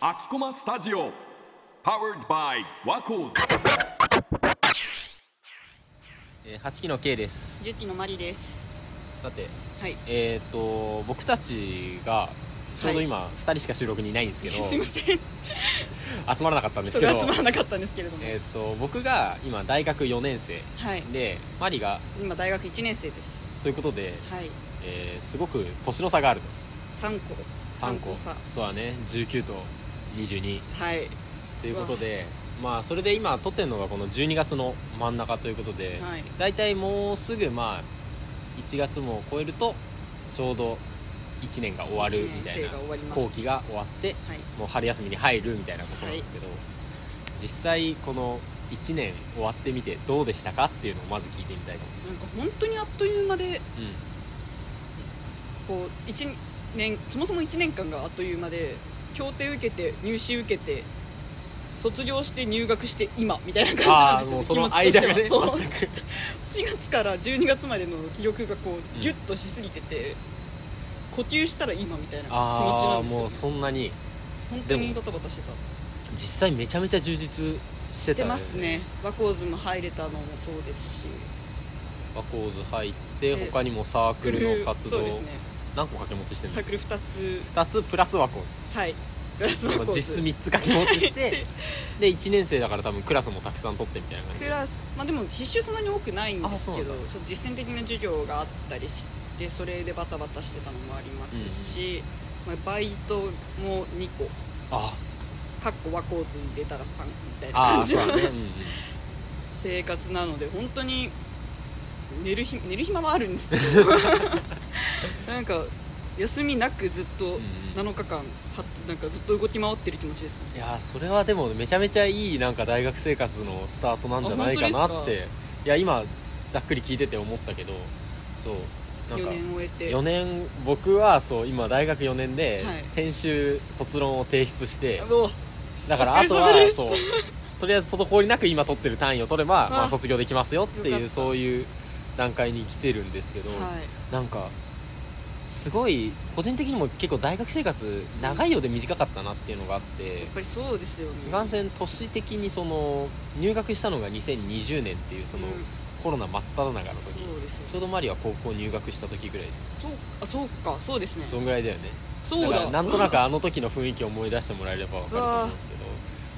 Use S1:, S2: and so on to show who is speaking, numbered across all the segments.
S1: 秋駒スタジオ Powered by ワコーズ
S2: えー、8期の K です
S3: 十期のマリです。
S2: さて
S3: はい。
S2: えっ、と僕たちがちょうど今、二2人しか収録にいないんですけ ど
S3: すいません。
S2: 集まらなかったんです
S3: 人
S2: けど
S3: が集まらなかったんですけれども。
S2: えっ、と僕が今大学4年生
S3: はい。
S2: でマリが
S3: 今大学一年生です。
S2: ということで、
S3: はい。
S2: えーすごく年の差があると
S3: 三個。
S2: 3個
S3: 差。
S2: そうだね19と22
S3: はい。
S2: ということでまあそれで今撮ってるのがこの12月の真ん中ということで、
S3: はい。
S2: 大体もうすぐまあ1月も超えるとちょうど1年が終わるみたい
S3: 一年生
S2: な
S3: が終わります
S2: 後期が終わって
S3: はい。
S2: もう春休みに入るみたいなことなんですけど、実際この1年終わってみてどうでしたかっていうのをまず聞いてみたいかもしれ
S3: なんか本当にあっという間で、
S2: ない、
S3: こう一年、そもそも一年間があっという間で、協定受けて入試受けて。卒業して入学して今みたいな
S2: うん、あ
S3: 感
S2: あー
S3: じなん
S2: もう
S3: です
S2: そ
S3: よ、
S2: の
S3: 気持ち
S2: 間
S3: として
S2: が
S3: は
S2: ね
S3: そう
S2: 全く
S3: 4月から12月までの記憶がこ
S2: うん
S3: うギュッとしすぎてて、呼吸したら今みたいな気持ちな
S2: あ
S3: ん
S2: あ
S3: ですよ
S2: もうそんなに
S3: 本当
S2: でも
S3: にバタバタしてた
S2: 実際めちゃめちゃ充実して
S3: して
S2: たよ
S3: ますねワコーズも入れたのもそうですし
S2: ワコーズ入って
S3: で
S2: 他にもサークルの活動、
S3: そうですね
S2: 何個掛け持ちして
S3: サー
S2: る
S3: クル2つ
S2: の2つプラスワコーズ
S3: はいガラスワコーズ
S2: 実質3つ掛け持ちしてで1年生だから多分クラスもたくさん取ってみたいな感じ
S3: クラスまあでも必修そんなに多くないんですけどち
S2: あそう
S3: ょ
S2: なん
S3: っと実践的な授業があったりしてそれでバタバタしてたのもありますし、まあ、バイトも2個
S2: ああ
S3: かっこワコーズ入れたら3みたいな
S2: あ
S3: 感
S2: あ
S3: じ
S2: そう
S3: の
S2: だね、うんうん、
S3: 生活なので本当に寝る日寝る暇はあるんですけど なんか休みなくずっと
S2: うん
S3: 7日間はなんかずっと動き回ってる気持ちですね
S2: いやーそれはでもめちゃめちゃいいなんか大学生活のスタートなんじゃないかな
S3: あ
S2: っ
S3: 本当
S2: て
S3: で
S2: いや今ざっくり聞いてて思ったけどそうなん
S3: 4
S2: か
S3: 年終えて
S2: 4年僕はそう今大学4年で
S3: はい
S2: 先週卒論を提出して、
S3: もう
S2: だから
S3: お疲
S2: あ
S3: れ
S2: と
S3: 様で
S2: は
S3: す
S2: そうとりあえず滞りなく今取ってる単位を取れば、
S3: あ
S2: まあ、卒業できますよって
S3: よ
S2: い
S3: か
S2: う
S3: った
S2: そういう段階に来てるんですけど、
S3: はい
S2: なんかすごい個人的にも結構大学生活長いようで短かったなっていうのがあって
S3: やっぱりそうですよね
S2: いかんせん年的にその入学したのが2020年っていうその
S3: うん
S2: コロナ真っ只中の時
S3: そうですよ
S2: ちょうどマリは高校入学した時ぐらい
S3: そうあそうかそうですね
S2: そんぐらいだよね
S3: そう
S2: だか
S3: だ
S2: らなんとなくあの時の雰囲気を思い出してもらえればわかると思うんですけど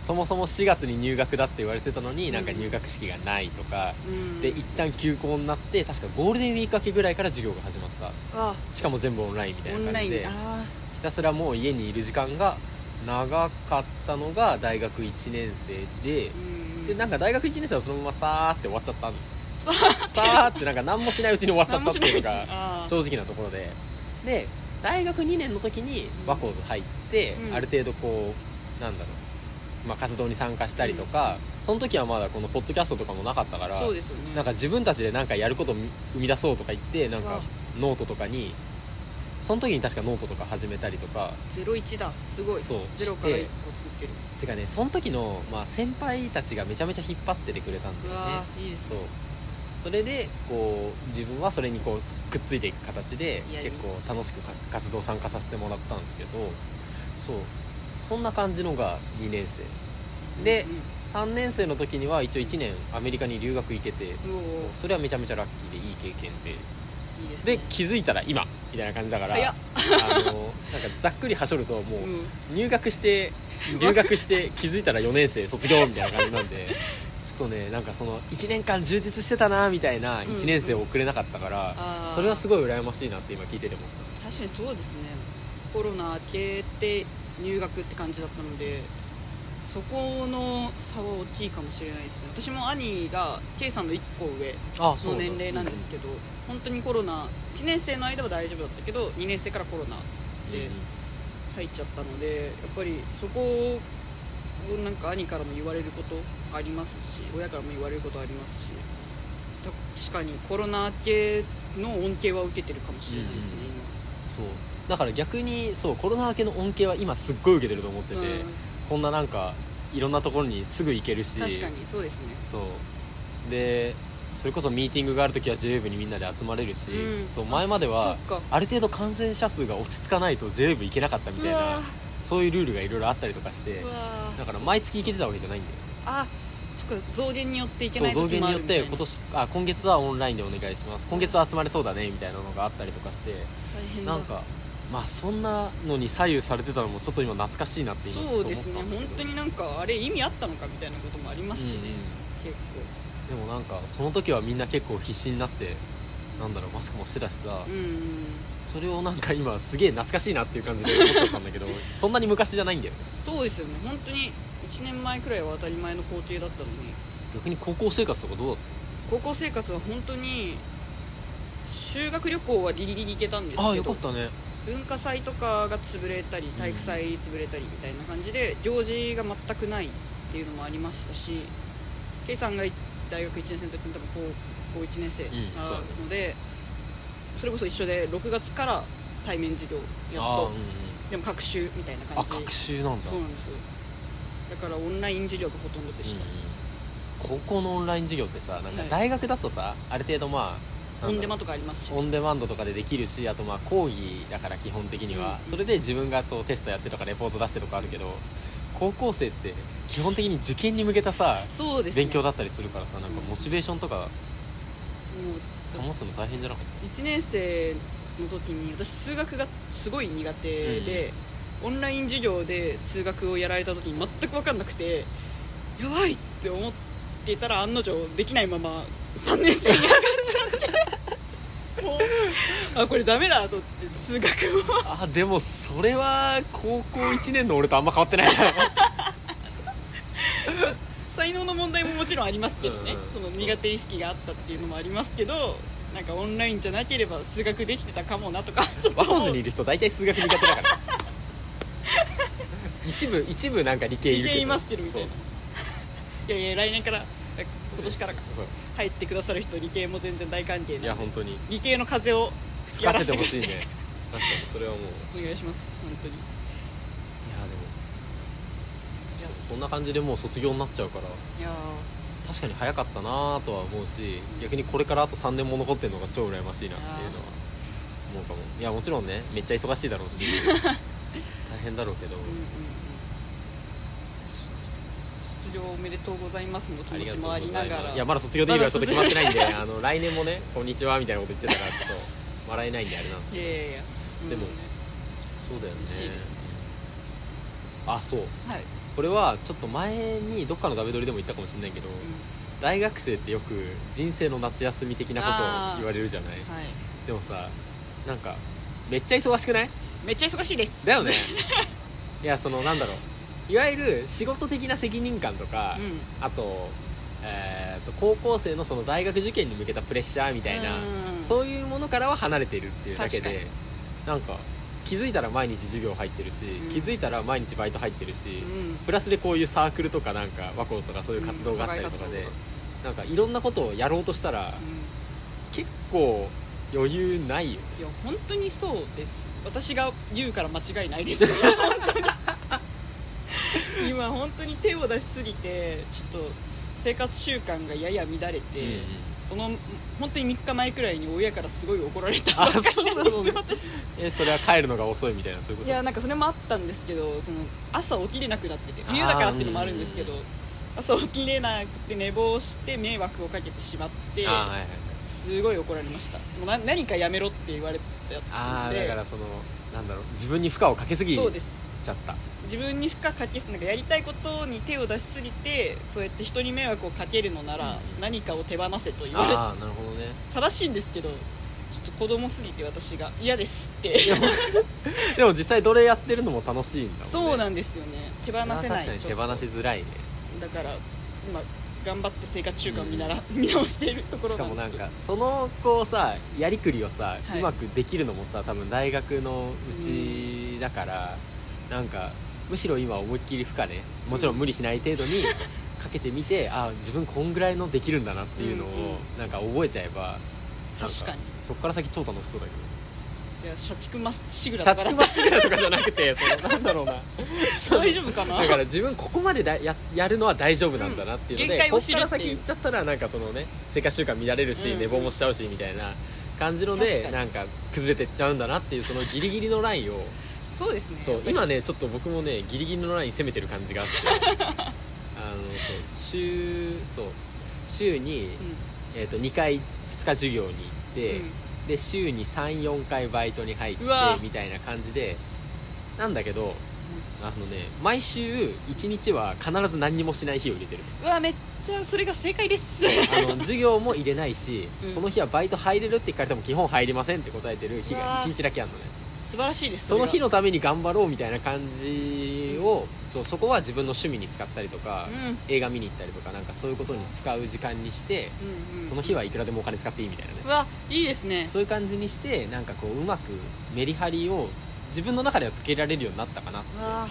S2: そもそも4月に入学だって言われてたのになんか入学式がないとか
S3: うん
S2: で一旦休校になって確かゴールデンウィーク明けぐらいから授業が始まった
S3: あ
S2: しかも全部オンラインみたい
S3: オ
S2: な
S3: ンラ
S2: 感
S3: イ
S2: じ
S3: ン
S2: で
S3: あ
S2: ひたすらもう家にいる時間が長かったのが大学1年生で
S3: ーうん
S2: でなんか大学1年生はそのままさーって終わっちゃ ったん
S3: さ
S2: さーってなんか何もしないうちに終わっちゃったっていうのが正直なところでで大学2年の時にワコーズ入って、
S3: うん
S2: ある程度こうなんだろう、まあ、活動に参加したりとか、その時はまだこのポッドキャストとかもなかったから
S3: そうですよね
S2: なんか自分たちでなんかやることを生み出そうとか言ってなん
S3: う
S2: か
S3: わ
S2: ノートとかにその時に確かノートとか始めたりとか
S3: 01だすごい
S2: そう
S3: ゼロから
S2: して
S3: 1個作ってる
S2: てかねその時の、まあ、先輩たちがめちゃめちゃ引っ張っててくれたんだ
S3: う
S2: よね
S3: わいいです
S2: そ
S3: ね
S2: うそれでこう自分はそれにこうくっついていく形で
S3: いや
S2: 結構楽しくか活動参加させてもらったんですけどそうそんな感じのが2年生で
S3: うん
S2: 3年生の時には一応1年アメリカに留学行けて
S3: うお
S2: それはめちゃめちゃラッキーでいい経験で
S3: ーいいですね
S2: で気づいたら今みたいな感じだから
S3: 早
S2: あ
S3: っ
S2: のなんかざっくりはしょるとも
S3: う
S2: うん入学して留学して気づいたら4年生卒業みたいな感じなん でちょっとねなんかその1年間充実してたなみたいな
S3: うんうん
S2: 1年生を送れなかったから、
S3: あー
S2: それはすごい羨ましいなって今聞いてて思った
S3: 確かにそうですねコロナ明けて入学って感じだったのでそこの差は大きいかもしれないですね私も兄が K さんの1個上
S2: あ
S3: の年齢なんですけど本当にコロナ1年生の間は大丈夫だったけど2年生からコロナ
S2: うん
S3: で入っちゃったのでやっぱりそこをなんか兄からも言われることありますし親からも言われることありますし確かにコロナ明けの恩恵は受けてるかもしれないですね、
S2: うんそうだから逆にそうコロナ明けの恩恵は今すっごい受けてると思ってて、
S3: 今。うん
S2: こんななんかいろんなところにすぐ行けるし
S3: 確かにそうですね
S2: そうでそれこそミーティングがある時は JWAVE にみんなで集まれるし、
S3: うん
S2: そう前までは
S3: そっか
S2: ある程度感染者数が落ち着かないと JWAVE 行けなかったみたいう
S3: わ
S2: なそういうルールがいろいろあったりとかして
S3: うわー
S2: だから毎月行けてたわけじゃないんだよ
S3: あそっか増減によっていけ
S2: そ
S3: な
S2: う
S3: い
S2: 増
S3: 時
S2: 減
S3: も
S2: に
S3: あ
S2: よ
S3: る
S2: っ
S3: み
S2: て
S3: たいな
S2: 今年あ今月はオンラインでお願いします今月は集まれそうだねみたいなのがあったりとかして
S3: 大変だ
S2: なんかまあそんなのに左右されてたのもちょっと今懐かしいなって今ちょっと思っ
S3: そう
S2: た
S3: ですね
S2: んだけ
S3: 本
S2: ど
S3: 当になんかあれ意味あったのかみたいなこともありますしね、結
S2: うんでもなんかその時はみんな結構必死になってなんだろうマスクもしてたしさ、
S3: 構うんうん
S2: それをなんか今すげえ懐かしいなっていう感じで思っちゃったんだけ どそんなに昔じゃないんだよね
S3: そうですよね本当に1年前くらいは当たり前の光景だったのに
S2: 逆に高校生活とかどうだっ
S3: 高校生活は本当に修学旅行はギリギリ行けたんです
S2: たああ
S3: け
S2: よか
S3: ど
S2: ったね
S3: 文化祭とかが潰れたり体育祭潰れたりみたいな感じで行事が全くないっていうのもありましたし K さんが大学1年生の時に多分高校1年生な
S2: そうだね
S3: ので、それこそ一緒で6月から対面授業やっ
S2: ああ
S3: と
S2: うんうん
S3: でも各週みたいな
S2: あ
S3: 感じ
S2: 学習なんだ
S3: そうなんですよだからオンライン授業がほとんどでした、
S2: うんうん高校のオンライン授業ってさなんか
S3: はい
S2: 大学だとさ、ある程度まあ
S3: オンデマ
S2: と
S3: とかありますし
S2: オンデマンドとかでできるしあとまあ講義だから基本的には、
S3: うん
S2: それで自分がそうテストやってとかレポート出してとかあるけど高校生って基本的に受験に向けたさ、
S3: そうですね
S2: 勉強だったりするからさなんかモチベーションとか
S3: もう
S2: 保つの大変じゃなかっ
S3: 1年生の時に私数学がすごい苦手で、オンライン授業で数学をやられた時に全く分かんなくてやばいって思ってたら案の定できないまま3年生に上がっ ちゃってもうあこれダメだと思って数学を
S2: たあでもそれは高校1年の俺とあんま変わってないな
S3: 才能の問題ももちろんありますけどね、
S2: うん
S3: その苦手意識があったっていうのもありますけどなんかオンラインじゃなければ数学できてたかもなとかちょっと
S2: 和
S3: 思
S2: 光
S3: う
S2: 寺にいる人大体数学苦手だ から一部一部なんか理系い
S3: い
S2: るけど
S3: けいますけどみたいな
S2: そう
S3: いやいや来年からえ今年からか
S2: そう
S3: 入ってくださる人理系も全然大関係なん
S2: い
S3: で
S2: や本当に
S3: 理系の風を吹き
S2: 聞
S3: 荒
S2: からせ
S3: し
S2: ほ
S3: ててく
S2: し
S3: だ
S2: い
S3: さい
S2: ね確かにそれはもうい
S3: お願いします本当に
S2: やでもそ
S3: いや
S2: そんな感じでもう卒業になっちゃうから
S3: いや
S2: 確かに早かったなぁとは思うし逆にこれからあと3年も残ってるのが超羨ましいなっていうのは思うかもいやもちろんねめっちゃ忙しいだろ うし大変だろうけど
S3: うんうんうんそうですね卒業おめでとうございますの
S2: あ
S3: 気持
S2: りが
S3: ち
S2: とう
S3: もあり
S2: ござ
S3: ないが
S2: ま
S3: ら
S2: すいやまだ卒業できるはちょっと決まってないんであの来年もね「こんにちは」みたいなこと言ってたらちょっと笑えないんであれなんです
S3: い
S2: け
S3: や
S2: ど
S3: いやいや
S2: でも
S3: うん
S2: そうだよね
S3: 嬉しいですね
S2: あそう
S3: はい、
S2: これはちょっと前にどっかのダメ撮りでも言ったかもしれないけど、
S3: う
S2: 大学生ってよく人生の夏休み的なこと
S3: あ
S2: を
S3: ー
S2: 言われるじゃない
S3: んはい、
S2: でもさなんかめっちゃ忙しくない
S3: めっちゃ忙しいです
S2: だ よねいやそのなんだろういわゆる仕事的な責任感とか、
S3: うん
S2: あと,、えーと高校生のその大学受験に向けたプレッシャーみたいな、
S3: うん
S2: そういうものからは離れているっていうだけ
S3: 確か
S2: でなんか気づいたら毎日授業入ってるし、
S3: うん
S2: 気づいたら毎日バイト入ってるし、
S3: うん
S2: プラスでこういうサークルとかなんかワコーズとかそういう活動があったりとか
S3: うん課
S2: で、
S3: 外活
S2: なんかいろんなことをやろうとしたら、
S3: うん
S2: 結構余裕ないよね
S3: いや本当にそうです私が言うから間違いないです 本当に今本当に手を出しすぎてちょっと生活習慣がやや乱れて、この本当に3日前くらいに親からすごい怒られた
S2: あそうなのね
S3: ばっかりなんですよ
S2: えそれは帰るのが遅いみたいなそういうこ
S3: 私
S2: と
S3: いやなんかそれもあったんですけどその朝起きれなくなってて冬だからっていうのもあるんですけど
S2: あーう
S3: 朝起きれなくて寝坊して迷惑をかけてしまって
S2: あーはいはい
S3: すごい怒られましたもうな何かやめろって言われた
S2: あ
S3: ん
S2: ー
S3: で
S2: だからそのなんだろう自分に負荷をかけすぎちゃ
S3: そう
S2: っ
S3: です
S2: た
S3: 自分に負荷かけすなんかやりたいことに手を出しすぎてそうやって人に迷惑をかけるのなら
S2: うん
S3: 何かを手放せと言われ
S2: ああなるほどね
S3: 正しいんですけどちょっと子供すぎて私が嫌ですって
S2: でも実際どれやってるのも楽しいんだもんね
S3: そうなんですよね手放せな
S2: 確か
S3: い
S2: に
S3: ち
S2: 手
S3: ょっ
S2: 放
S3: と
S2: しづらいね
S3: だから今頑張って生活習慣を見なら、見直しているとこ
S2: し
S3: ろ
S2: か
S3: な
S2: も
S3: んで
S2: な
S3: す
S2: ん
S3: けど
S2: かそのこうさやりくりをさ、
S3: はいう
S2: まくできるのもさ多分大学のうちだから、なんかむしろ今思いっきり負荷ねもちろん無理しない程度 にかけてみて、あ自分こんぐらいのできるんだなっていうのを、
S3: うんう
S2: なんか覚えちゃえばなん
S3: 確かに
S2: そっから先超楽しそうだけど
S3: いや社畜まっしぐら
S2: 社
S3: だから
S2: 畜まっしぐらとかじゃなくてそのなんだろうな
S3: 大丈夫かな
S2: だから自分ここまでだややるのは大丈夫なんだなっていうので、
S3: うん限界
S2: こ
S3: を
S2: っ
S3: 知
S2: から
S3: るっていう
S2: 先行っちゃったらなんかそのね生活習慣乱れるし、
S3: うん
S2: 寝坊もしちゃうしみたいな感じので
S3: 確かに
S2: なんか崩れてっちゃうんだなっていうそのギリギリのラインを
S3: そうですね
S2: そう
S3: やっぱり
S2: 今ねちょっと僕もねギリギリのライン攻めてる感じがあって あのそう週そう週に、えー、と2回2日授業に行って、
S3: うん
S2: で週に34回バイトに入って
S3: うわ
S2: みたいな感じでなんだけどあのね毎週1日は必ず何にもしない日を入れてる
S3: うんうわめっちゃそれが正解です
S2: あ の授業も入れないし、
S3: うん
S2: この日はバイト入れるって聞かれても基本入りませんって答えてる日
S3: うわ
S2: が1日だけあるのね
S3: 素晴らしいです
S2: その日
S3: の
S2: のために頑張ろうみたいな感じをそうそこは自分の趣味に使ったりとか、
S3: うん
S2: 映画見に行ったりとかなんかそういうことに使う時間にして、
S3: うんうん
S2: その日はいくらでもお金使っていいみたいなね
S3: うわいいですね
S2: そういう感じにしてなんかこううまくメリハリを自分の中ではつけられるようになった かな
S3: うわ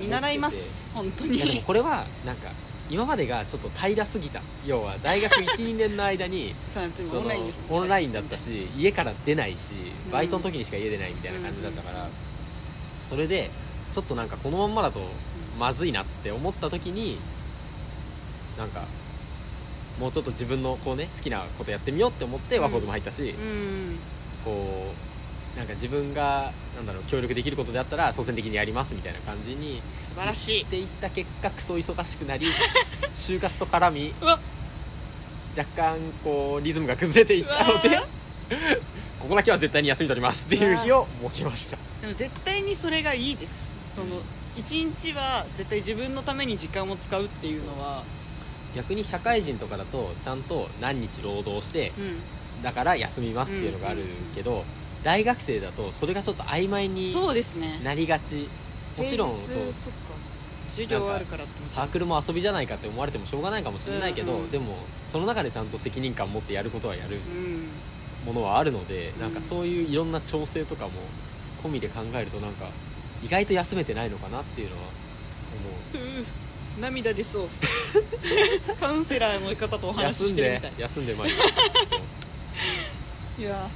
S3: 見習います本当に
S2: いやでもこれはなんか今までがちょっと平らすぎた要は大学12年の間に
S3: さあでも
S2: その
S3: オンラインですもん
S2: オンラインだったし家から出ないし
S3: うん
S2: バイトの時にしか家出ないみたいな感じだったからそれでちょっとなんかこのまんまだとまずいなって思った時になんかもうちょっと自分のこうね好きなことやってみようって思って
S3: うん
S2: ワコーズも入ったし
S3: うん
S2: こうなんか自分がなんだろう協力できることであったら率先的にやりますみたいな感じに
S3: 素晴らしい
S2: っていった結果クソ忙しくなり 就活と絡み
S3: うわ
S2: 若干こうリズムが崩れていったので
S3: うわ
S2: ここだけは絶対に休み取りますっていう日を設けました
S3: でも絶対にそれがいいですその一日は絶対自分のために時間を使うっていうのは
S2: 逆に社会人とかだとちゃんと何日労働して
S3: うん
S2: だから休みますっていうのがあるけど大学生だとそれがちょっと曖昧に
S3: そうですね
S2: なりがちもちろん
S3: 平日
S2: そう
S3: そっか授業あるからって思って
S2: サークルも遊びじゃないかって思われてもしょうがないかもしれないけど、
S3: うんうん
S2: でもその中でちゃんと責任感持ってやることはやる
S3: うん
S2: ものはあるので、
S3: うん
S2: なんかそういういろんな調整とかも込みで考えるとなんか意外と休めてないのかなっていうのは
S3: うう涙 出そうカウンセラーの方とお
S2: 思う
S3: 話し
S2: 休ん
S3: してるみ
S2: で
S3: たい
S2: 休んでまいりますそう
S3: いや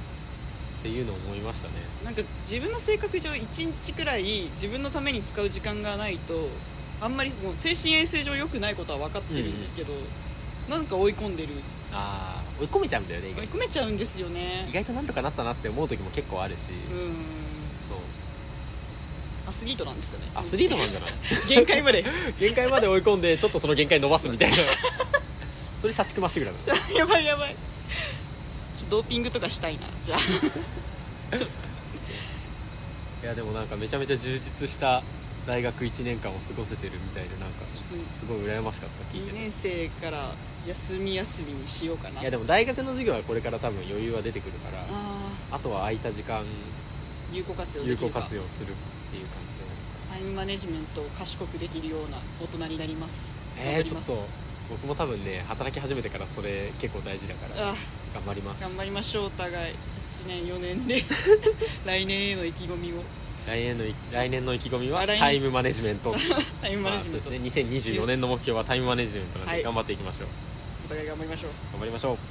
S2: っていうのを思いましたね
S3: なんか自分の性格上1日くらい自分のために使う時間がないとあんまりもう精神衛生上良くないことは分かってるんですけど、なんか追い込んでる
S2: ああ追い込めちゃうんだよね意
S3: 追い
S2: 外
S3: 込めちゃうんですよね
S2: 意外となんとかなったなって思う時も結構あるし、
S3: うん
S2: そう
S3: アスリートなんですかね
S2: アスリートなんじゃない
S3: 限 界まで
S2: 限界まで追い込んでちょっとその限界伸ばすみ たいなそれ社畜まっしぐらです
S3: やばいやばいちょドーピングとかしたいなじゃあ
S2: いやでもなんかめちゃめちゃ充実した大学1年間を過ごせてるみたいでなんかすごい羨ましかった聞い
S3: 2
S2: てて
S3: 年生から休み休みにしようかない
S2: やでも大学の授業はこれから多分余裕は出てくるから
S3: あ
S2: あとは空いた時間
S3: ー有効活用で
S2: 有
S3: きる
S2: 効
S3: か
S2: 活用するっていう感
S3: タイムマネジメントを賢くできるような大人になります
S2: じでえ
S3: 頑張
S2: ー、
S3: り
S2: ちょ
S3: ま
S2: っ
S3: す
S2: と僕も多分ね働き始めてからそれ結構大事だから
S3: あー
S2: 頑張ります
S3: 頑張りましょうお互い1年4年で 来年への意気込みを
S2: 来年のい来年の意気込みは
S3: あ来年
S2: タイムマネジメント
S3: タ イムマ
S2: まあ
S3: ネジ
S2: そう
S3: メン
S2: で
S3: ト、
S2: すね2024年の目標はタイムマネジメントなん
S3: は
S2: で
S3: い
S2: 頑張っていきましょう、
S3: お互い頑張りましょう
S2: 頑張りましょう